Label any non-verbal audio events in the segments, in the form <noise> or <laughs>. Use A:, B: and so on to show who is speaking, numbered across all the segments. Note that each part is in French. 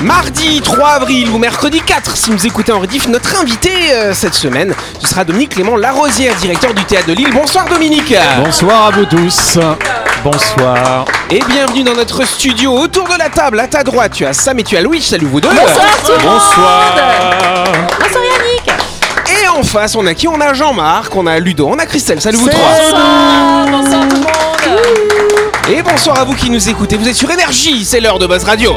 A: Mardi 3 avril ou mercredi 4, si vous écoutez en rediff, notre invité euh, cette semaine, ce sera Dominique Clément Larosière, directeur du Théâtre de Lille. Bonsoir Dominique
B: Bonsoir à vous tous. Bonsoir.
A: Et bienvenue dans notre studio. Autour de la table, à ta droite, tu as Sam et tu as Louis. Salut vous deux
C: Bonsoir tout le
B: Bonsoir.
C: monde. Bonsoir Yannick
A: Et en face, on a qui On a Jean-Marc, on a Ludo, on a Christelle. Salut vous trois
C: Bonsoir Bonsoir tout le monde
A: Et bonsoir à vous qui nous écoutez. Vous êtes sur Énergie, c'est l'heure de Buzz Radio.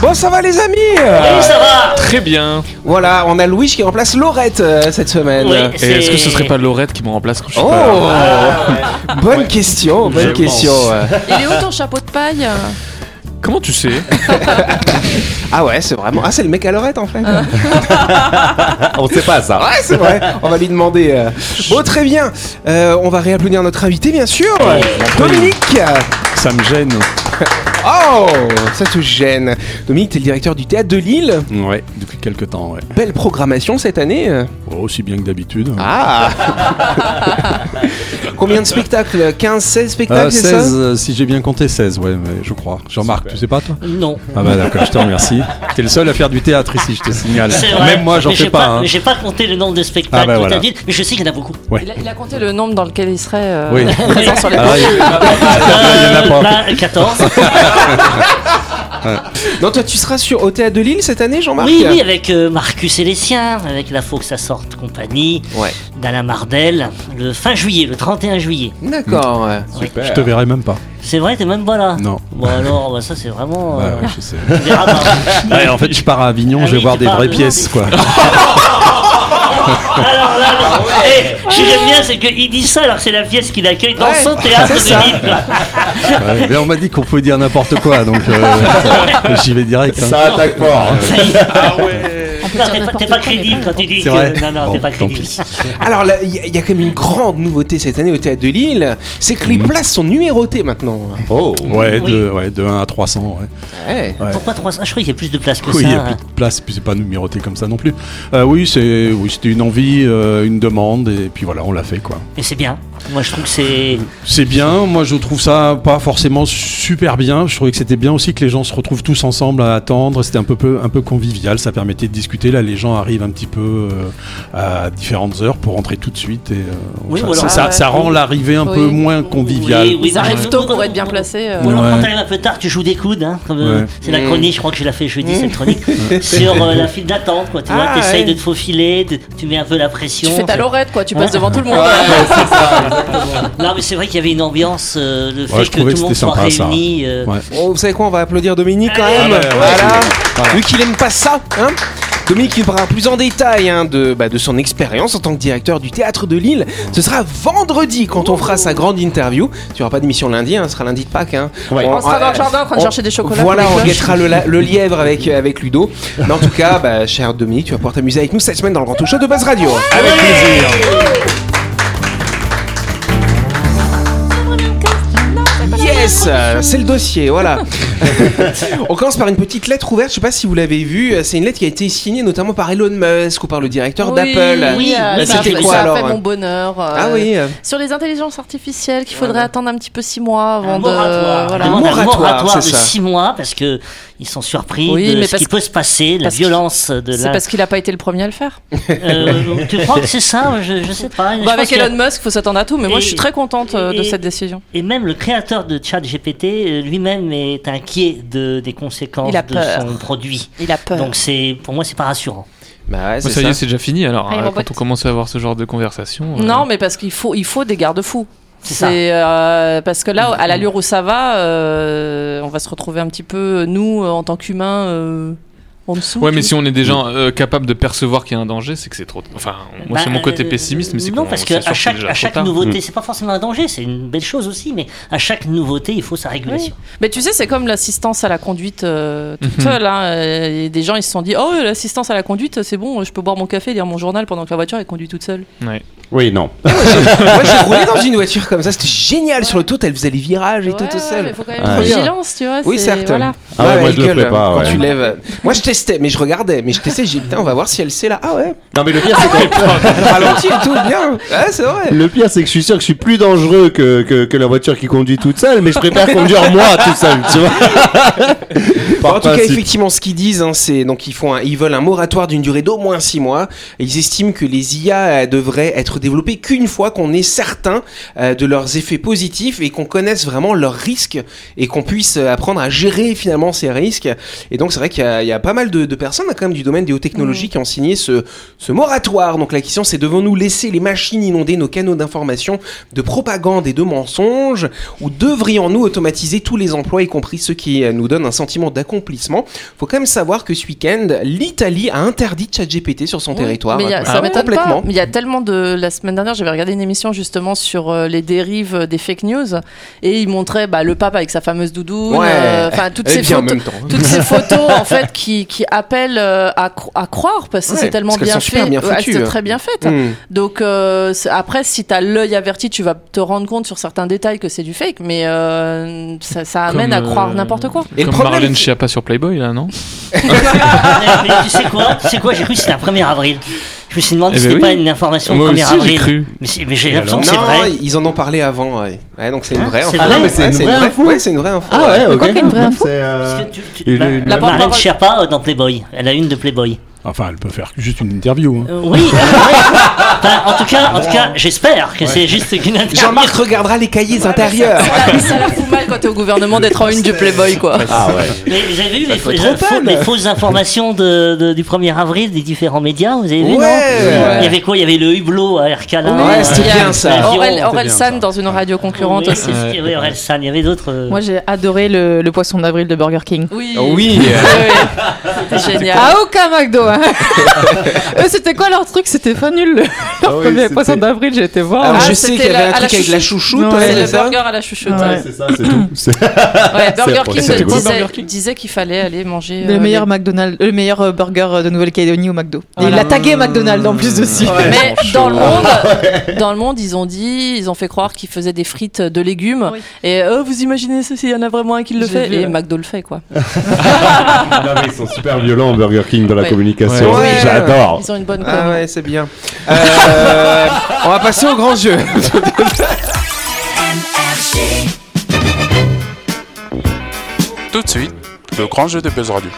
A: Bon, ça va les amis
B: Très bien.
A: Voilà, on a Louis qui remplace Laurette euh, cette semaine.
D: Oui.
B: Et
D: C'est-
B: est-ce que ce serait pas Laurette qui me remplace quand je suis
A: Oh
B: pas là
A: <laughs> Bonne question, bonne
B: Je
A: question.
B: pense.
A: ouais.
C: Il est où ton chapeau de paille
B: Comment tu sais
A: Ah ouais, c'est vraiment. Ah, c'est le mec à Laurette en fait.
D: <laughs> On sait pas ça.
A: Ouais, c'est vrai. On va lui demander. euh. Bon, très bien. Euh, on va réapplaudir notre invité, bien sûr.
D: Oh,
A: Dominique.
B: Ça me gêne.
A: Oh, ça te gêne. Dominique, t'es le directeur du théâtre de Lille.
E: Ouais, depuis quelques temps, ouais.
A: Belle programmation cette année.
E: Oh, aussi bien que d'habitude.
A: Ah. <laughs> Combien de spectacles 15, 16 spectacles,
E: Euh,
A: c'est
E: 16,
A: ça
E: euh, si j'ai bien compté, 16, ouais, mais je crois. Jean-Marc, tu sais pas, toi
D: Non.
E: Ah bah d'accord, je te remercie. T'es le seul à faire du théâtre ici, je te signale.
D: C'est vrai.
E: Même moi, j'en
D: Mais j'ai
E: fais pas. hein.
D: mais J'ai pas compté le nombre de spectacles
E: Ah bah
D: tout
E: voilà.
D: à ville, mais je sais qu'il y en a beaucoup.
C: il a, il a compté le nombre dans lequel il serait euh,
D: <laughs>
E: Oui.
C: présent sur les
E: Ah, il-
D: Euh,
E: il y en a pas.
D: bah, 14.
A: Non, toi, tu seras sur au théâtre de Lille cette année, Jean-Marc
D: oui, oui, avec euh, Marcus et les siens, avec La Faux que ça sorte compagnie,
A: Ouais.
D: d'Alain Mardel, le fin juillet, le 31 juillet.
A: D'accord. ouais.
E: Je te verrai même pas.
D: C'est vrai, t'es même pas là
E: Non.
D: Bon alors, bah, ça c'est vraiment...
E: Ouais,
D: euh,
E: ouais,
D: <laughs>
E: <laughs> je sais.
D: tu verras, bah,
E: Ouais, en fait, je pars à Avignon,
D: Ah
E: je vais
D: oui,
E: voir
D: tu
E: des
D: pars à
E: vraies
D: Avignon,
E: pièces,
D: mais- <laughs>
E: quoi.
D: Alors là, non. Eh, ce que j'aime bien, c'est qu'il dit ça alors que c'est la pièce qu'il accueille dans
A: Ouais,
D: son théâtre
A: c'est ça.
D: de Lille. quoi.
E: Ouais, mais on m'a dit qu'on pouvait dire n'importe quoi, donc
D: <laughs>
E: euh, j'y vais direct. hein.
F: attaque fort.
E: Ah
D: Non, t'es pas- t'es pas crédible quand tu dis
E: C'est
D: que.
E: vrai
D: Non, non,
E: Bon,
D: t'es pas
E: tant
D: crédible.
E: pis.
A: Alors, là, il y, a- il y a quand même une grande nouveauté cette année au théâtre de Lille, c'est que les
E: Mm.
A: places sont numérotées maintenant.
E: Ouais,
D: Oui.
E: de, ouais, de 1 à 300, ouais.
A: Ouais.
E: Ouais.
D: Pourquoi 300 Je crois qu'il y a plus de place que
E: Oui, il n'y a
D: ça.
E: plus
D: hein.
E: de place, puis c'est pas numéroté comme ça non plus. Euh, oui, c'est oui, c'était une envie, euh, une demande, et puis voilà, on l'a fait quoi.
D: Mais c'est bien. Moi, je trouve que c'est.
E: C'est bien, moi je trouve ça pas forcément super bien. Je trouvais que c'était bien aussi que les gens se retrouvent tous ensemble à attendre. C'était un peu, peu- un peu convivial, ça permettait de discuter. Là, les gens arrivent un petit peu euh, à différentes heures pour rentrer tout de suite. Et, euh,
D: Oui,
E: ça,
D: ou alors- euh,
E: ça- ça-
C: Ah ouais.
E: ça rend l'arrivée un
C: Oui.
E: peu moins conviviale.
D: Oui, bah, oui.
C: Ils arrivent tôt pour être bien placés. euh.
D: Ou alors, quand
E: Ouais.
D: t'arrives un peu tard, tu joues des coudes. hein, comme, euh,
E: Ouais.
D: C'est la
A: Mm.
D: chronique, je crois que je l'ai fait jeudi, cette
E: <laughs>
D: chronique. Sur euh, la file d'attente, quoi. Tu vois,
A: Ah,
D: t'essayes
A: ouais.
D: de te faufiler, de- tu mets un peu la pression.
C: Tu fais ta
D: C'est-
C: lorette quoi, tu passes devant tout le monde.
D: Non, mais c'est vrai qu'il y avait une ambiance, euh, le
E: je
D: fait que tout
E: trouvais
D: le
E: que
D: monde
E: c'était
D: soit
E: sympa, ça.
D: réuni. euh,
E: Ouais.
A: Oh, vous savez quoi, on va applaudir Dominique quand
D: Allez.
A: même.
E: Ah ouais, ouais,
A: voilà.
E: Voilà.
A: Vu qu'il aime pas ça, hein Dominique il parlera plus en détail hein, de, bah, de son expérience en tant que directeur du théâtre de Lille. Ce sera vendredi quand on fera sa grande interview. Tu n'auras pas d'émission lundi, hein, ce sera lundi de Pâques. Hein.
C: On sera dans le jardin en train de
A: on-
C: chercher des chocolats.
A: Voilà,
C: pour les
A: on
C: cloches.
A: guettera le, la-
C: <laughs>
A: le lièvre avec, euh, avec Ludo. Mais en tout cas, bah, cher Dominique, tu vas pouvoir t'amuser avec nous cette semaine dans le Grand Talk Show de Base Radio.
D: Avec plaisir.
A: Yes, euh, c'est le dossier, voilà. <laughs> On commence par une petite lettre ouverte, je sais pas si vous l'avez vue, euh, c'est une lettre qui a été signée notamment par Elon Musk ou par le directeur d'Apple.
C: Oui,
D: Bah,
C: euh, ça a
A: c'était
C: fait-
A: quoi,
C: ça a
A: alors,
C: fait
A: hein
C: mon bonheur. euh,
A: Ah oui, euh,
C: Sur les intelligences artificielles qu'il faudrait attendre un petit peu six mois avant
D: Un
C: de. euh,
D: moratoire,
C: voilà.
D: Un moratoire,
A: moratoire,
D: de
A: c'est ça.
D: 6 mois parce que ils sont surpris
C: Oui,
D: de
C: mais
D: ce
C: parce
D: qui peut se passer, la
C: parce que-
D: violence de
C: C'est
D: la.
C: parce qu'il a pas été le premier à le faire.
D: Euh, tu crois que c'est ça je, je sais pas. Je
C: Bah, avec
D: pense que-
C: Elon Musk, faut s'attendre à tout, mais moi
D: Et-
C: je suis très contente euh, de
D: et-
C: cette décision.
D: Et même le créateur de ChatGPT euh, lui-même est inquiet de, des conséquences
C: Il a
D: de
C: peur.
D: son produit.
C: Il a peur.
D: Donc c'est, pour moi, c'est pas rassurant.
A: bah ouais,
G: Bah,
A: c'est
G: ça, y est, c'est déjà fini alors.
C: Allez,
G: hein,
C: mon
G: quand
C: pote.
G: on commence à avoir ce genre de conversation. euh,
C: Non, mais parce qu'il faut, il faut des garde-fous.
D: C'est ça.
C: C'est euh, parce que là, à l'allure où ça va, euh, on va se retrouver un petit peu nous euh, en tant qu'humains. euh, en dessous.
B: Ouais,
C: tu
B: mais
C: sais.
B: si on est déjà euh, capable de percevoir qu'il y a un danger, c'est que c'est trop. Enfin, moi, c'est
D: Bah,
B: mon côté
D: euh,
B: pessimiste, mais c'est
D: Non,
B: qu'on-
D: parce
B: c'est sûr
D: qu'à
B: que c'est
D: chaque,
B: déjà
D: à
B: trop
D: chaque
B: tard.
D: nouveauté, c'est pas forcément un danger, c'est une belle chose aussi, mais à chaque nouveauté, il faut sa régulation.
C: Mais tu sais, c'est comme l'assistance à la conduite euh, toute
B: Mhm.
C: seule. hein, euh, et des gens, ils se sont dit Oh, l'assistance à la conduite, c'est bon, je peux boire mon café, lire mon journal pendant que la voiture est conduite toute seule.
F: Oui, non.
A: Moi, j'ai roulé dans une voiture comme ça, c'était génial sur le tout, elle faisait les virages et tout, tout seul.
C: Il faut quand même
F: Ouais.
C: une vigilance, tu vois.
A: Oui,
C: c'est-
A: certes.
C: voilà.
F: Ah ouais, moi,
A: elle
F: je le
A: gueule,
F: ferais
A: hein,
F: pas,
A: Quand
F: ouais.
A: tu lèves. Moi, je testais, mais je regardais, mais je testais, j'ai dit, putain, on va voir si elle sait là. Ah ouais,
F: Non, mais le pire, c'est que,
A: ralenti et tout, bien. Ouais, c'est vrai.
F: le pire, c'est que je suis sûr que je suis plus dangereux que, que, que la voiture qui conduit toute seule, mais je préfère conduire moi tout seul, tu vois. Par
A: en tout cas,
F: principe.
A: effectivement, ce qu'ils disent, hein, c'est donc ils font, un- ils veulent un moratoire d'une durée d'au moins six mois. Et ils estiment que les IA euh, devraient être développées qu'une fois qu'on est certain euh, de leurs effets positifs et qu'on connaisse vraiment leurs risques et qu'on puisse euh, apprendre à gérer finalement ces risques. Et donc, c'est vrai qu'il y, a- il y a pas mal de, de personnes hein, quand même du domaine des hautes technologies qui ont signé ce, ce moratoire. Donc la question, c'est devons-nous laisser les machines inonder nos canaux d'information de propagande et de mensonges ou devrions-nous automatiser tous les emplois, y compris ceux qui euh, nous donnent un sentiment d'accomplissement Faut quand même savoir que ce week-end, l'Italie a interdit ChatGPT sur son
C: Oui,
A: territoire.
C: Mais il y a-
A: maintenant.
C: ça m'étonne pas.
A: complètement.
C: Mais il y a tellement de. La semaine dernière, j'avais regardé une émission justement sur euh, les dérives euh, des fake news et ils montraient bah, le pape avec sa fameuse doudoune.
A: Ouais.
C: euh, Enfin, toutes
A: Elle est
C: ces
A: Eh bien en
C: photos.
A: même temps.
C: Toutes ces photos en fait qui, qui appellent euh, à, cro- à croire parce que
A: Ouais,
C: c'est tellement
A: parce qu'elles
C: bien
A: sont super
C: fait,
A: bien
C: Ouais, elles
A: foutues.
C: sont très bien faites.
A: Hmm.
C: Donc euh, c'est- après, si t'as l'œil averti, tu vas te rendre compte sur certains détails que c'est du fake, mais euh, ça, ça
G: Ah,
C: amène
B: Comme,
C: à croire
B: euh,
C: n'importe quoi.
A: Et le
B: Comme
A: problème,
B: Marlène
A: c'est-
B: Schiappa sur Playboy, là, non
D: <laughs> mais, mais tu sais quoi, tu sais quoi j'ai cru que c'était un 1er avril. Je me suis demandé
B: Eh
D: si
B: ben
D: c'était
B: oui.
D: pas une information
B: Moi
D: 1er
B: aussi, j'ai
D: avril.
B: cru.
D: Mais, c'est- mais j'ai
E: Et
D: l'impression que c'est
A: non,
D: vrai.
A: ils en ont parlé avant. Ouais, Ouais, donc c'est une
D: Hein,
A: vraie.
D: c'est
A: info.
D: vrai
A: Ah non, mais c'est
F: Ouais,
A: une
F: c'est
A: vraie
F: une
A: info. Ouais, c'est une vraie info.
F: Ah ouais, ok.
C: Pourquoi qu'il y a une vraie info
F: C'est, euh,
D: Parce que tu- tu-
F: Il-
D: bah,
F: il-
C: La
D: Marlène
C: porte-parole-
D: Schiappa euh, dans Playboy, elle a une de Playboy.
E: Enfin, elle peut faire juste une interview. hein.
D: Euh, oui, euh, ouais. Enfin, en tout cas, en tout cas, j'espère que c'est juste qu'une interview.
A: Jean-Marc regardera les cahiers intérieurs.
C: Ça, <laughs> ça la fout mal quand t'es au gouvernement d'être en une du Playboy, quoi.
F: Ah ouais.
D: Mais vous avez vu les,
A: Bah, faut
D: les-
A: être open.
D: les fausses informations de, de- du 1er avril des différents médias, vous avez vu, non
A: Ouais.
D: Il y avait quoi Il y avait le hublot à Ercalin.
A: Ouais, c'était
C: Il y a-
A: bien
D: Ah,
A: ça.
C: Aurel,
D: Giron,
C: Aurel
E: bien,
C: San
E: ça.
C: dans une radio concurrente
D: Oui,
C: aussi.
D: c'est- oui, Orelsan, il y avait d'autres. euh,
H: Moi, j'ai adoré le, le poisson d'avril de Burger King.
C: Oui.
B: Ah
A: Ah Oui.
C: C'était génial.
H: À aucun McDo. <laughs> hein. Eux, c'était quoi leur truc C'était pas nul. Le
F: Ah oui,
H: premier
F: c'était-
H: poisson d'avril, j'ai été voir.
A: Alors,
C: Ah,
A: je sais
C: c'était
A: qu'il y avait
C: la-
A: un
C: à
A: truc
C: la
A: avec la
C: C'est
A: chouchoute.
H: Ouais,
A: c'est
C: le
A: ça
C: burger à la chouchoute.
H: Ouais.
C: Ouais.
F: C'est ça, c'est tout. C'est-
C: Ouais, Burger
F: C'est-
C: King
F: c'est quoi,
C: disait,
B: Burger King
C: disait qu'il fallait aller manger.
H: <laughs> le
C: euh,
H: meilleur McDonald's, le meilleur euh, burger de Nouvelle-Calédonie au McDo. Et il
C: Voilà.
H: a tagué McDonald's en plus dessus.
C: les- Mais dans le monde, dans le monde, ils ont dit, ils ont fait croire qu'ils faisaient des frites de légumes.
H: Oui.
C: Et euh, vous imaginez ceci, il y en a vraiment un qui le
H: J'ai
C: fait
H: vu,
C: et
H: ouais.
C: McDo le fait quoi.
F: Non, mais ils sont super violents, Burger King, dans la
C: Ouais.
F: communication.
A: Ouais.
F: J'adore.
C: Ils ont une bonne com.
A: Ah ouais, c'est <laughs> bien. Euh, on va passer au grand jeu.
I: <laughs> Tout de suite, le grand jeu de Buzz Radio.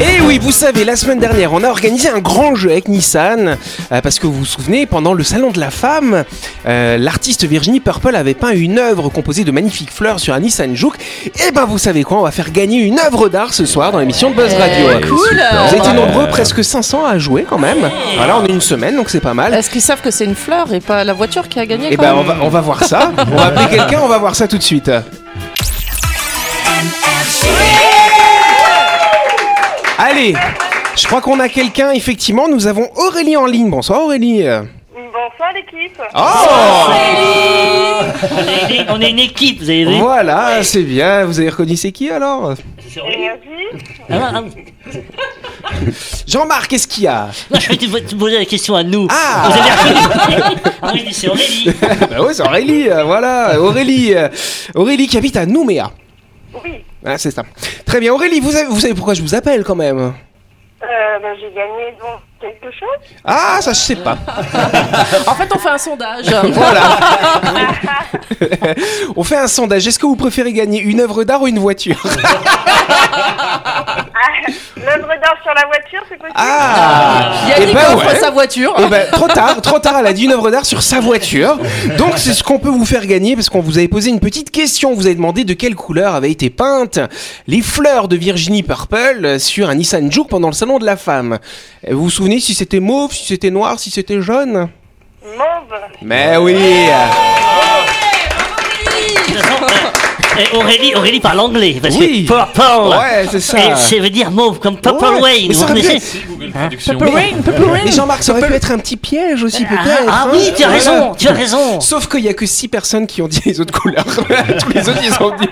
A: Et Eh oui, vous savez, la semaine dernière, on a organisé un grand jeu avec Nissan. euh, parce que vous vous souvenez, pendant le Salon de la Femme, euh, l'artiste Virginie Purple avait peint une œuvre composée de magnifiques fleurs sur un Nissan Juke. Et ben, vous savez quoi, on va faire gagner une œuvre d'art ce soir dans l'émission de Buzz Radio.
C: Eh, cool.
A: Vous étiez nombreux, presque 500 à jouer quand même. Voilà, on est une semaine, donc c'est pas mal.
C: Est-ce qu'ils savent que c'est une fleur et pas la voiture qui a gagné
A: Et
C: quand
A: ben,
C: même
A: on va, on va voir ça. on va appeler quelqu'un, on va voir ça tout de suite. Allez, je crois qu'on a quelqu'un, effectivement. Nous avons Aurélie en ligne. Bonsoir Aurélie.
J: Bonsoir l'équipe.
A: Oh
D: on, est une, on est une équipe, vous avez vu
A: Voilà, c'est bien. Vous avez reconnu c'est qui alors
J: Et vas-y.
D: Ah, ah, oui.
A: Jean-Marc, qu'est-ce qu'il y a
D: Non, je vais te, te poser la question à nous.
A: Ah
D: Vous avez reconnu Ah oui, c'est Aurélie.
A: Bah ouais, c'est Aurélie, euh, voilà. Aurélie, euh, Aurélie qui habite à Nouméa.
J: Oui.
A: Ah, c'est ça. Très bien, Aurélie, vous savez, vous savez pourquoi je vous appelle quand même
J: Euh, ben, j'ai gagné donc quelque chose.
A: Ah, ça, je sais pas.
C: En fait, on fait un
A: <laughs>
C: sondage.
A: Voilà. On fait un sondage. Est-ce que vous préférez gagner une œuvre d'art ou une voiture
J: Ah, <laughs> L'œuvre d'art sur la voiture, c'est possible
A: Ah
C: Yannick
A: Eh ben
C: offre
A: ouais.
C: sa voiture.
A: Eh ben, trop tard, trop tard, elle a dit une œuvre d'art sur sa voiture. Donc c'est ce qu'on peut vous faire gagner parce qu'on vous avait posé une petite question. On Vous avez demandé de quelle couleur avaient été peintes les fleurs de Virginie Purple sur un Nissan Juke pendant le salon de la femme. Et Vous vous souvenez si c'était mauve, si c'était noir, si c'était jaune
J: Mauve.
A: Mais oui.
D: De toute façon, euh, Et Aurélie, Aurélie parle anglais. Parce
A: Oui.
D: que purple.
A: Ouais, c'est ça.
D: Et ça veut dire mauve, comme Purple
A: Ouais.
D: Rain.
A: Mais ça
D: Vous
A: aurait pu
D: connaissez
A: être-
D: Hein
A: Mais- Mais Jean-Marc, ça aurait pu être un petit piège aussi,
D: Ah,
A: peut-être.
D: ah
A: hein.
D: oui, tu as
A: Voilà.
D: raison, tu as raison.
A: Sauf qu'il n'y a que 6 personnes qui ont dit les autres couleurs. <laughs> Tous les autres, ils ont dit.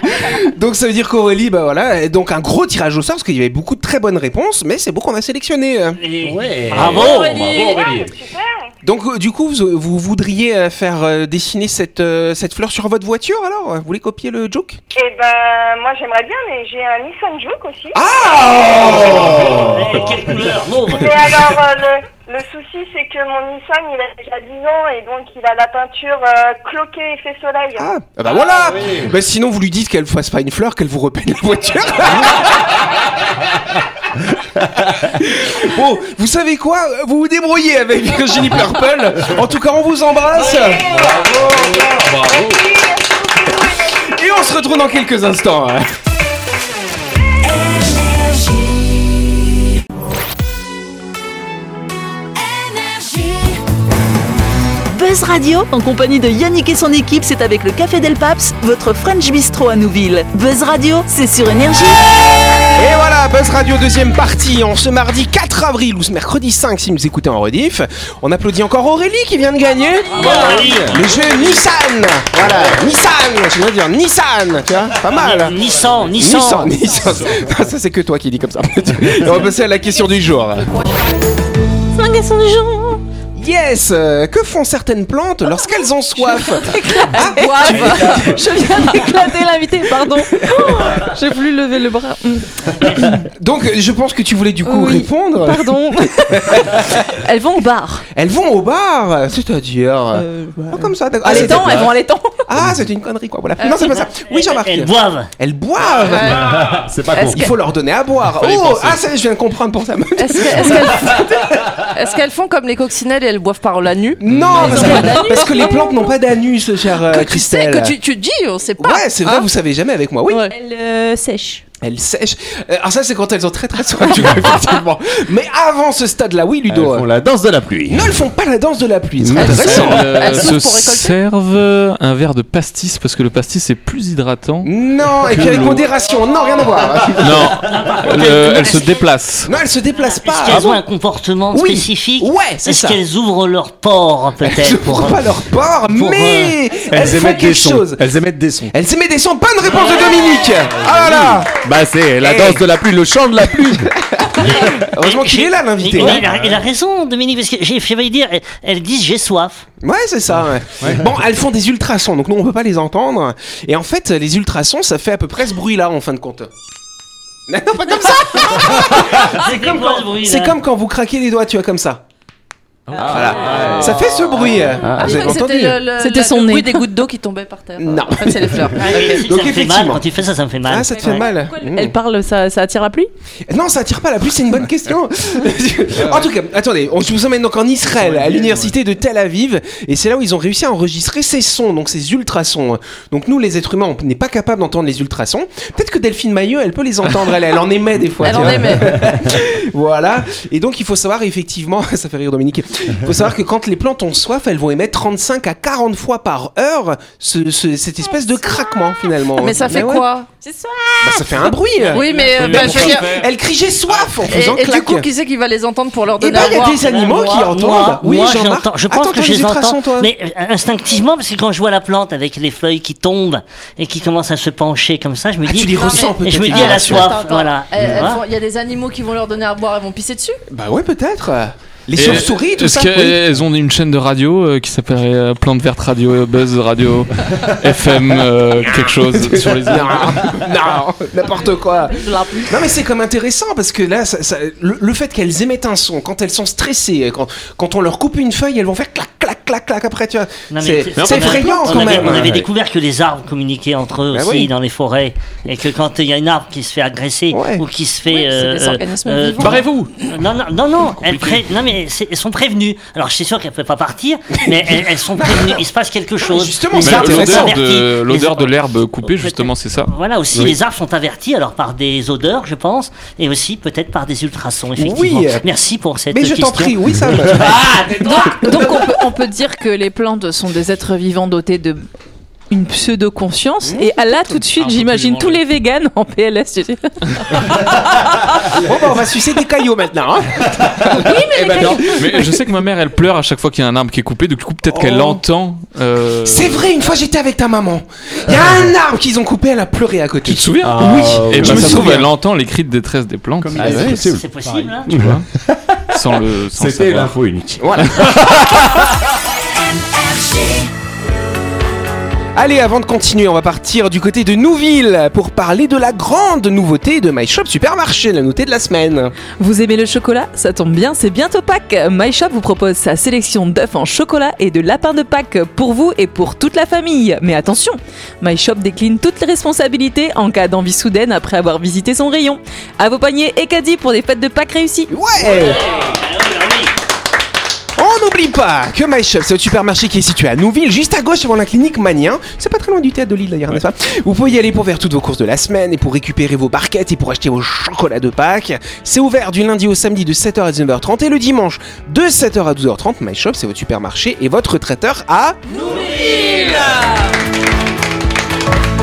A: Donc ça veut dire qu'Aurélie, bah voilà, et donc un gros tirage au sort, parce qu'il y avait beaucoup de très bonnes réponses, mais c'est beau qu'on a sélectionné. euh.
D: Ouais. Bravo, bravo, Aurélie.
J: Ah,
A: Donc euh, du coup, vous, vous voudriez euh, faire euh, dessiner cette, euh, cette fleur sur votre voiture, alors Vous voulez copier le joke
J: Et ben, moi j'aimerais bien, mais j'ai un Nissan Juke aussi.
D: Eh, Quelle couleur mauve
J: Mais alors, euh, le, le souci, c'est que mon Nissan, il a déjà 10 ans et donc il a la peinture euh, cloquée effet soleil.
A: Ah, ah bah voilà Bah, Sinon, vous lui dites qu'elle fasse pas une fleur, qu'elle vous repeigne la <laughs> voiture. bon, vous savez quoi Vous vous débrouillez avec Virginie Purple. En tout cas, on vous embrasse. Et on se retrouve dans quelques instants. hein.
K: Buzz Radio, en compagnie de Yannick et son équipe, c'est avec le Café Del Paps, votre French Bistro à Nouville. Buzz Radio, c'est sur Énergie.
A: Et voilà, Buzz Radio deuxième partie en ce mardi 4 avril ou ce mercredi 5 si vous écoutez en rediff. On applaudit encore Aurélie qui vient de gagner
D: Aurélie.
A: le jeu Nissan. Voilà, Nissan, je veux dire Nissan, tu vois, pas mal.
D: Nissan,
A: Nissan, <laughs>
D: Nissan.
A: Nissan. Non, ça c'est que toi qui dis comme ça. Et <laughs> on va passer à la question du jour.
H: C'est la question du jour.
A: Yes, euh, que font certaines plantes lorsqu'elles ont soif
H: Waouh. Je viens d'éclater l'invité,
C: <laughs>
H: pardon. Oh, J'ai voulu lever le bras. Mm.
A: Donc je pense que tu voulais du coup
H: Oui,
A: répondre.
C: <laughs>
H: Pardon. Elles vont au bar.
A: Elles vont au bar, c'est-à-dire
H: Euh,
A: Ah, comme ça. d'accord.
H: à
A: Ah, c'était
H: l'étang,
A: pas-
H: elles vont Euh, à l'étang.
A: Ah, c'est une connerie quoi. Voilà. Non, c'est pas ça. Oui, Jean-Marc.
D: Elles boivent.
A: Elles boivent.
F: C'est pas
H: Est-ce
F: con.
A: Il faut leur donner à boire.
B: Fallait
A: Oh,
B: penser.
A: ah, ça y est, je viens de comprendre pour ça.
C: Est-ce que- est-ce qu'elles- est-ce qu'elles font comme les coccinelles et elles boivent par la nu
A: Non, parce
C: ont pas
A: que,
C: d'anus.
A: <laughs> parce que les plantes n'ont pas d'anus, cher euh,
C: Tu sais
A: Christelle.
C: que tu, tu dis, on sait
D: Ah,
C: pas.
A: Ouais, c'est vrai,
C: hein.
A: vous savez jamais avec moi. Oui,
C: Ouais.
H: Elles euh, sèchent.
A: elles sèchent. Euh, Alors ça, c'est quand elles ont très très soif, tu vois, <laughs> effectivement. Mais avant ce stade-là, oui,
F: Elles
A: Ludo. euh,
F: font la danse de la pluie.
A: Ne le font pas la danse de la pluie. C'est
F: Elles
A: intéressant.
B: Euh,
C: Elles
B: se
C: souffrent pour récolter.
B: servent un verre de pastis parce que le pastis est plus hydratant.
A: Non, et puis avec modération. Non, rien à
F: Ah,
A: voir.
F: bah, <laughs>
B: Non, le- elles se déplacent.
A: Non, elles se déplacent pas.
D: Est-ce
A: Ah
D: qu'elles ont
A: bon
D: un comportement
A: Oui.
D: spécifique
A: Ouais, c'est
D: Est-ce
A: ça.
D: qu'elles ouvrent leur port
A: <laughs> Elles ne
D: peut-être
A: font pas leur part,
D: pour,
A: mais elles, font quelque chose.
F: Elles émettent des sons.
A: Elles émettent des sons. Bonne réponse de Dominique. Ah là là.
F: Bah c'est la
A: Eh.
F: danse de la pluie, le chant de la pluie.
A: Heureusement qu'il est là,
D: Mais-
A: l'invité.
D: mais il, a, il a raison, Dominique, parce que j'ai failli dire, elles, elles disent j'ai soif.
A: Ouais, c'est ça. ouais. Bon, elles font des ultrasons, donc nous on peut pas les entendre. Et en fait, les ultrasons, ça fait à peu près ce bruit-là en fin de compte. <laughs> Non, pas comme ça.
D: C'est comme ce bruit,
A: Ah, C'est
D: là
A: comme quand vous craquez les doigts, tu vois, comme ça. Voilà. Ça fait ce bruit.
C: Ah,
A: Ah. Vous
C: je
A: avez
C: croyais que
A: entendu
C: C'était le- le-
H: C'était
C: la-
H: son
C: le
H: nez.
C: bruit des gouttes d'eau qui tombaient par terre.
A: Non.
C: En fait, c'est
A: <laughs>
C: les fleurs.
D: Ah, oui, si,
A: Donc,
D: ça me fait mal,
A: effectivement.
D: quand tu fais ça, ça me fait mal.
A: Ah, ça te fait
D: Ouais.
A: mal.
H: Elles parlent, ça, ça attire la pluie
A: Non, ça attire pas la pluie, c'est une bonne question. en tout cas, attendez, on, je vous emmène donc en Israël, à l'université de Tel Aviv, et c'est là où ils ont réussi à enregistrer ces sons, donc ces ultrasons. Donc nous, les êtres humains, on n'est pas capable d'entendre les ultrasons. Peut-être que Delphine Maillot, elle peut les entendre, elle, elle en émet des fois.
C: Elle
A: tu
C: en
A: vois.
C: aimait.
A: Voilà. Et donc, il faut savoir effectivement, <laughs> ça fait rire Dominique. Il faut savoir que quand les plantes ont soif, elles vont émettre 35 à 40 fois par heure ce- ce- cette espèce de craquement finalement.
C: Mais ça fait
A: ouais.
C: quoi
A: Bah, Ça fait un bruit.
C: Oui, mais euh, bah, je veux dire.
A: Elle crie j'ai soif en
C: Et,
A: faisant
C: et du
A: claque.
C: coup, qui c'est qui va les entendre pour leur
A: Eh
C: donner
A: ben,
C: à
A: il y a
C: boire
A: des animaux qui
D: Euh, Moi,
A: entendent. Oui,
D: moi,
A: Jean-Marc.
D: j'entends. Je
A: Attends,
D: pense
A: t'as
D: que je
A: des
D: les
A: ultrasons,
D: entends.
A: toi
D: Mais euh, instinctivement, parce que quand je vois la plante avec les feuilles qui tombent et qui commencent à se pencher comme ça, je me
A: Ah,
D: dis.
A: tu les ressens peut-être.
D: et
A: Ah,
D: je me dis, elle a
A: Attends,
D: soif.
C: Attends, attends.
D: Voilà.
C: Elles- Eh, elles
H: Ah.
D: Voilà.
C: font- Il y a des animaux qui vont leur donner à boire, elles vont pisser dessus
A: Bah ouais, peut-être. Les
B: Et
A: chauves-souris, tout ça.
B: est-ce <laughs>
A: oui.
B: qu'elles ont une chaîne de radio euh, qui s'appelle euh, Plante Verte Radio, euh,
A: <laughs>
B: Buzz Radio, FM, euh, quelque chose sur les
A: Non,
B: îles
A: non, <laughs> n'importe quoi.
H: De la pluie.
A: Non mais c'est comme intéressant parce que là, ça- ça- le, le fait qu'elles émettent un son, quand elles sont stressées, euh, quand, quand on leur coupe une feuille, elles vont faire clac, clac, clac, clac. Après, tu vois,
D: Non, mais
A: c'est
D: on
A: c'est
D: avait-
A: effrayant
D: on
A: quand
D: avait-
A: même.
D: On avait découvert que les arbres communiquaient entre eux
A: Bah
D: aussi
A: oui.
D: dans les forêts et que quand il y a une arbre qui se fait agresser
A: Ouais.
D: ou qui se fait.
C: Oui, c'est des
D: euh,
C: organismes
D: euh,
C: vivants.
B: Barrez-vous
D: Non, non, non, non, elles pré- non mais c'est- elles sont prévenues. Alors, je suis sûr qu'elles ne peuvent pas partir,
A: <laughs>
D: mais elles, elles sont prévenues. Il se passe quelque chose.
A: Justement,
D: Les
A: c'est
D: arbres sont
A: intéressant.
B: L'odeur
D: avertis.
B: de, l'odeur
D: Les-
B: de l'herbe coupée, justement, c'est ça.
D: Voilà, aussi,
B: Oui.
D: les arbres sont avertis, alors par des odeurs, je pense, et aussi peut-être par des ultrasons, effectivement.
A: Oui.
D: Merci pour cette
A: Mais je
D: question.
A: t'en prie, oui, ça.
B: <laughs>
H: Donc, donc on, peut, on peut dire que les plantes sont des êtres vivants dotés de une pseudo-conscience. Et à là, tout de suite, j'imagine tous les véganes en PLS. tu sais.
A: Bon, bah, on va sucer des cailloux maintenant.
B: Euh.
A: hein.
H: <laughs> Eh ben non.
B: Mais je sais que ma mère, elle pleure à chaque fois qu'il y a un arbre qui est coupé, donc du coup, peut-être qu'elle entend. euh,
A: Oh. C'est vrai, une fois j'étais avec ta maman. Il y a un arbre qu'ils ont coupé, elle a pleuré à côté.
B: Tu te souviens
A: Oui.
B: Et
A: je
B: bah,
A: me
B: ça se trouve,
A: souviens.
B: elle entend les cris de détresse des plantes.
A: Comme il Ah, est ouais, possible. c'est-
D: C'est possible, hein
A: <laughs>
B: Tu vois Sans le. sans le
F: C'était
B: savoir.
F: l'info unique.
A: Voilà. Allez, avant de continuer, on va partir du côté de Nouville pour parler de la grande nouveauté de My Shop Supermarché, la nouveauté de la semaine.
H: Vous aimez le chocolat Ça tombe bien, c'est bientôt Pâques. My Shop vous propose sa sélection d'œufs en chocolat et de lapins de Pâques pour vous et pour toute la famille. Mais attention, My Shop décline toutes les responsabilités en cas d'envie soudaine après avoir visité son rayon. À vos paniers et caddies pour des fêtes de Pâques réussies.
A: Ouais On n'oublie pas que My Shop, c'est le supermarché qui est situé à Nouville, juste à gauche avant la clinique Manien. C'est pas très loin du théâtre de Lille d'ailleurs, n'est-ce pas Vous pouvez y aller pour faire toutes vos courses de la semaine et pour récupérer vos barquettes et pour acheter vos chocolats de Pâques. C'est ouvert du lundi au samedi de 7h à 19h30 et le dimanche de 7h à 12h30. My Shop, c'est votre supermarché et votre traiteur à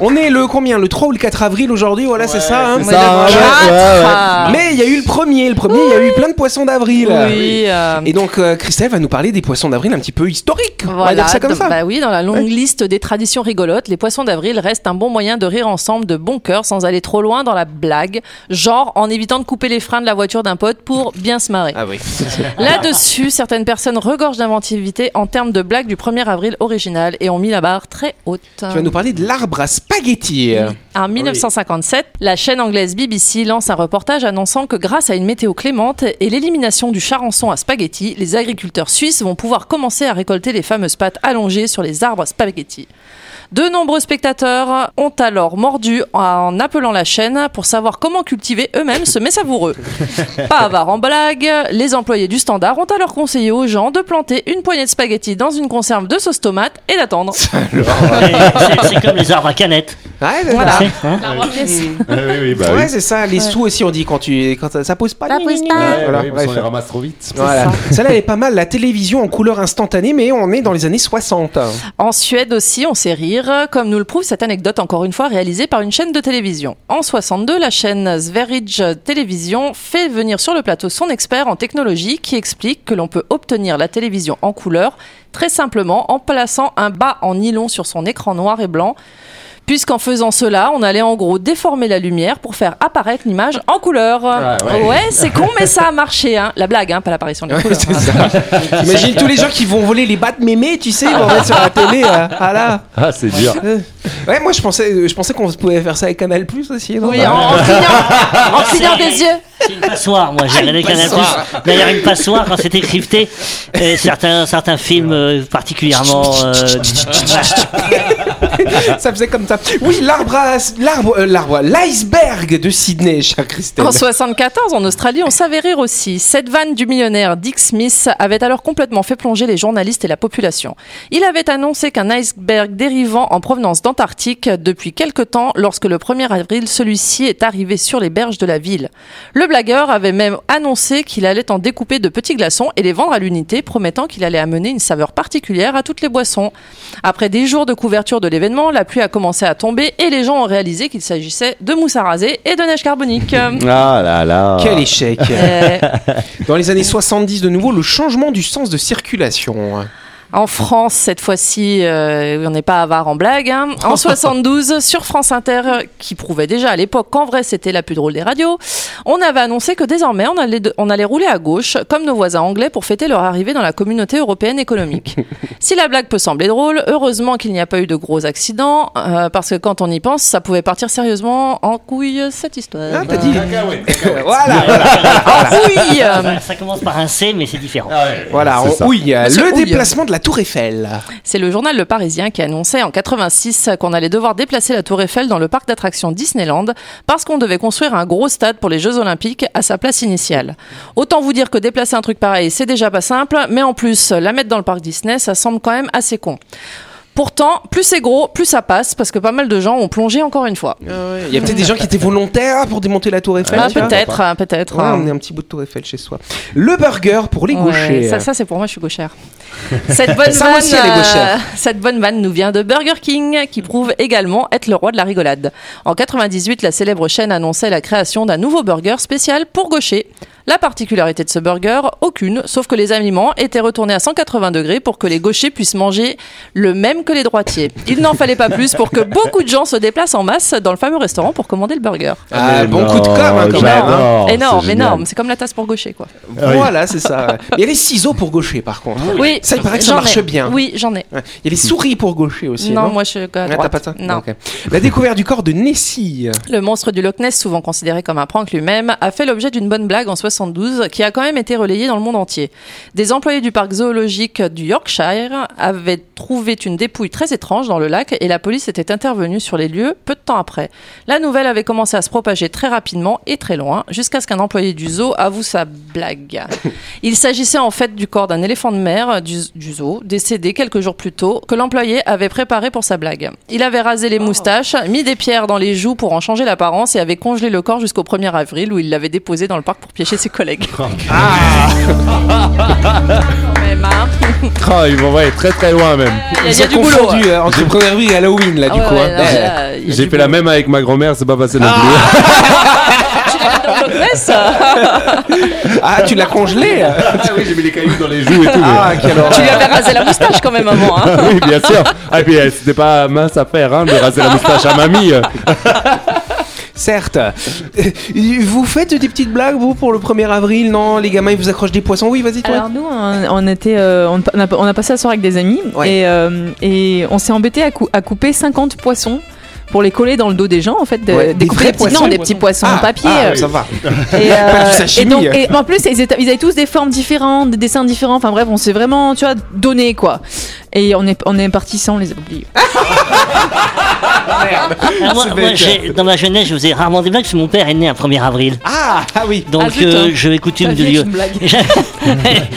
A: on est le combien Le 3 ou le 4 avril aujourd'hui, voilà, c'est ça. hein
F: c'est ça, hein,
A: Quatre.
F: ouais,
H: Ah,
F: ouais, ouais.
A: Mais il y a eu le premier, le premier, il y a eu plein de poissons d'avril.
C: Oui, euh,
A: Et donc euh, Christelle va nous parler des poissons d'avril un petit peu historiques. on va
C: Voilà,
A: dire ça comme
C: donc,
A: ça.
C: Bah oui, dans la longue
A: Ouais.
C: liste des traditions rigolotes, les poissons d'avril restent un bon moyen de rire ensemble de bon cœur sans aller trop loin dans la blague, genre en évitant de couper les freins de la voiture d'un pote pour bien se marrer.
A: Ah oui.
C: Là-dessus, certaines personnes regorgent d'inventivité en termes de blagues du 1er avril original et ont mis la barre très haute.
A: Tu vas nous parler de l'arbre à spaghetti.
C: En 1957, la chaîne anglaise BBC lance un reportage annonçant que grâce à une météo clémente et l'élimination du charançon à spaghetti, les agriculteurs suisses vont pouvoir commencer à récolter les fameuses pâtes allongées sur les arbres à spaghetti. De nombreux spectateurs ont alors mordu en appelant la chaîne pour savoir comment cultiver eux-mêmes ce mets savoureux. Pas avare en blague, les employés du standard ont alors conseillé aux gens de planter une poignée de spaghetti dans une conserve de sauce tomate et d'attendre.
A: Bah,
D: C'est- C'est comme les arbres à canettes.
A: Ouais,
D: Voilà.
A: ça.
D: Hein
F: Bah
A: bah ouais, c'est ça. Les sous aussi, on dit quand tu, quand ça, ça pose pas.
C: La prise pas.
A: Ouais, voilà,
F: oui, parce
A: bref.
F: qu'on les ramasse trop vite.
A: Voilà. Celle-là, elle est pas mal. La télévision en couleur instantanée, mais on est dans les années 60.
C: En Suède aussi, on sait rire, comme nous le prouve cette anecdote encore une fois réalisée par une chaîne de télévision. En 62, la chaîne Sverige Television fait venir sur le plateau son expert en technologie qui explique que l'on peut obtenir la télévision en couleur très simplement en plaçant un bas en nylon sur son écran noir et blanc. Puisqu'en faisant cela, on allait en gros déformer la lumière pour faire apparaître l'image en couleur.
A: ouais.
C: ouais, c'est con, mais ça a marché. hein. La blague, hein, pas l'apparition
A: <laughs>
C: de la couleur. hein. <laughs>
A: Imagine tous les gens qui vont voler les battes mémés, tu sais, ils vont mettre sur la télé. euh, ah là.
F: Ah, c'est dur.
A: Euh, Ouais, moi je pensais, euh, je pensais qu'on pouvait faire ça avec Canal Plus aussi. non
C: Oui, hein. en, en clignant, en clignant des yeux.
D: C'est une passoire, moi, j'ai
A: Ah,
D: regardé
A: une
D: Canal+.
A: passoire.
D: D'ailleurs, une passoire, quand c'était crypté, et certains, certains films euh, particulièrement... euh,
A: ça faisait comme ça. Oui, l'arbre, à- l'arbre, euh, l'arbre, l'iceberg de Sydney, cher Christelle.
C: En 74, en Australie, on savait rire aussi. Cette vanne du millionnaire Dick Smith avait alors complètement fait plonger les journalistes et la population. Il avait annoncé qu'un iceberg dérivant en provenance d'Antarctique depuis quelque temps lorsque le 1er avril celui-ci est arrivé sur les berges de la ville. Le blagueur avait même annoncé qu'il allait en découper de petits glaçons et les vendre à l'unité, promettant qu'il allait amener une saveur particulière à toutes les boissons. Après des jours de couverture de l'événement, la pluie a commencé à tomber et les gens ont réalisé qu'il s'agissait de mousse à raser et de neige carbonique.
F: Ah là là.
A: Quel échec.
C: Euh,
A: Dans les années 70, de nouveau, le changement du sens de circulation.
C: En France, cette fois-ci, euh, on n'est pas avare en blague. hein. En 72, sur France Inter, euh, qui prouvait déjà à l'époque qu'en vrai c'était la plus drôle des radios, on avait annoncé que désormais on allait, de- on allait rouler à gauche, comme nos voisins anglais, pour fêter leur arrivée dans la communauté européenne économique. si la blague peut sembler drôle, heureusement qu'il n'y a pas eu de gros accidents, euh, parce que quand on y pense, ça pouvait partir sérieusement en couille cette histoire.
A: Ah, t'as dit.
D: <laughs> Ah,
A: voilà,
D: voilà.
C: oui, euh.
D: Ça- Ça commence par un C, mais c'est différent.
A: Voilà,
D: C'est
A: on
D: ça.
A: houille.
C: On se
A: Le
C: houille.
A: déplacement de la Tour Eiffel.
C: C'est le journal Le Parisien qui annonçait en 86 qu'on allait devoir déplacer la Tour Eiffel dans le parc d'attractions Disneyland parce qu'on devait construire un gros stade pour les Jeux Olympiques à sa place initiale. Autant vous dire que déplacer un truc pareil, c'est déjà pas simple, mais en plus, la mettre dans le parc Disney, ça semble quand même assez con. Pourtant, plus c'est gros, plus ça passe, parce que pas mal de gens ont plongé encore une fois.
A: Il y a peut-être des gens qui étaient volontaires pour démonter la tour Eiffel.
C: Ah,
A: tu vois.
C: peut-être, ah, peut-être.
A: Ouais, on est un petit bout de tour Eiffel chez soi. Le burger pour les
C: Ouais,
A: gauchers.
C: ça, ça, c'est pour moi, je suis gauchère. <laughs> Cette bonne,
A: hein. Ça, moi aussi, elle est
C: vanne, euh,
A: gauchère.
C: cette bonne vanne nous vient de Burger King, qui prouve également être le roi de la rigolade. En 98, la célèbre chaîne annonçait la création d'un nouveau burger spécial pour gauchers. La particularité de ce burger, aucune, sauf que les aliments étaient retournés à 180 degrés pour que les gauchers puissent manger le même que les droitiers. Il n'en fallait pas plus pour que beaucoup de gens se déplacent en masse dans le fameux restaurant pour commander le burger.
A: Ah,
F: Mais
A: bon
F: non,
A: coup de com' hein, quand même. hein.
F: j'adore, c'est
C: énorme,
F: génial.
C: énorme. C'est comme la tasse pour gaucher, quoi.
A: Voilà, c'est ça. ouais. Mais il y a les ciseaux pour gaucher, par contre.
C: Oui,
A: Ça, il paraît que ça
C: j'en
A: marche
C: ai.
A: bien.
C: Oui, j'en ai.
A: Ouais. Il y a les souris pour gaucher aussi.
C: non,
A: Non,
C: moi je suis à
A: Ah,
C: droite.
A: t'as pas ça
C: Non.
A: Ok. La découverte du corps de Nessie.
C: Le monstre du Loch Ness, souvent considéré comme un prank lui-même, a fait l'objet d'une bonne blague en 72 qui a quand même été relayée dans le monde entier. Des employés du parc zoologique du Yorkshire avaient trouvé une dépouille très étrange dans le lac et la police était intervenue sur les lieux peu de temps après. La nouvelle avait commencé à se propager très rapidement et très loin jusqu'à ce qu'un employé du zoo avoue sa blague. Il s'agissait en fait du corps d'un éléphant de mer euh, du, du zoo, décédé quelques jours plus tôt, que l'employé avait préparé pour sa blague. Il avait rasé les moustaches, mis des pierres dans les joues pour en changer l'apparence et avait congelé le corps jusqu'au 1er avril où il l'avait déposé dans le parc pour piéger ses collègues. Ah. Même, hein.
F: Ah, ils vont ouais, très très loin même.
C: Il y a- il y a du boulot.
A: Tendu, euh, entre première rue et Halloween, là,
C: Ah
A: du
C: ouais,
A: coup.
C: ouais,
A: hein.
C: non, mais là, il y a
F: J'ai
C: du
F: fait la même avec ma grand-mère, c'est pas passé non
C: Loch Ness, euh,
A: Ah, tu l'as congelé
F: plus. Ah oui, j'ai mis les cailloux dans les joues et tout.
A: Ah, quelle
C: Tu lui
A: horreur.
C: avais rasé la moustache quand même avant. hein.
F: oui, bien sûr. Ah, et puis euh, c'était pas mince à faire hein, de raser la moustache à mamie. euh.
A: Certes. Euh, Vous faites des petites blagues, vous, pour le 1er avril Non, les gamins, ils vous accrochent des poissons. Oui, vas-y, toi.
H: Alors nous, on, on était, euh, on, on a, on a passé la soirée avec des amis
A: Ouais.
H: et, euh, et on s'est embêté à, cou- à couper 50 poissons pour les coller dans le dos des gens en fait, de-
A: Ouais, des
H: découper des
A: vrais
H: petits,
A: poissons
H: non, des petits poissons en papier.
A: Ah,
H: euh,
A: ça va.
H: et, euh,
A: <laughs> Pas du sashimi.
H: et donc- et en plus, ils, étaient- ils avaient tous des formes différentes, des dessins différents. Enfin bref, on s'est vraiment, tu vois, donné quoi. Et on est, on est parti sans les oublier.
D: Ah, moi, moi, j'ai- dans ma jeunesse, je faisais rarement des blagues parce que mon père est né un 1er avril.
A: Ah, ah oui.
D: Donc
H: Ah, zut,
D: euh,
H: hein.
D: j'avais coutume
H: Ta
D: de
H: vie
D: lui
H: est une blague.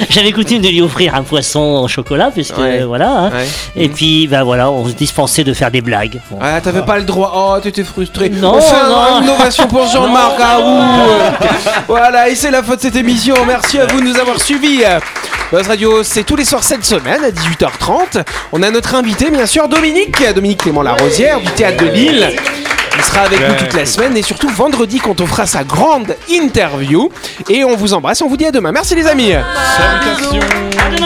D: j'avais coutume de lui offrir un poisson au chocolat puisque
A: Ouais. Mm.
D: euh, voilà hein.
A: Ouais.
D: et puis bah voilà on se dispensait de faire des blagues. Bon.
A: Ah, t'avais pas le droit. Oh, t'étais frustré.
D: Non,
A: On fait un-
D: non.
A: une ovation pour Jean-Marc. Ah, ouh. Voilà, et c'est la fin de cette émission. Merci à vous de nous avoir suivis. Buzz Radio, c'est tous les soirs cette semaine à 18h30. On a notre invité, bien sûr, Dominique. Dominique Clément Larosière du Théâtre de Lille. Il sera avec nous toute la semaine et surtout vendredi quand on fera sa grande interview. Et on vous embrasse, on vous dit à demain. Merci les amis.
D: À demain.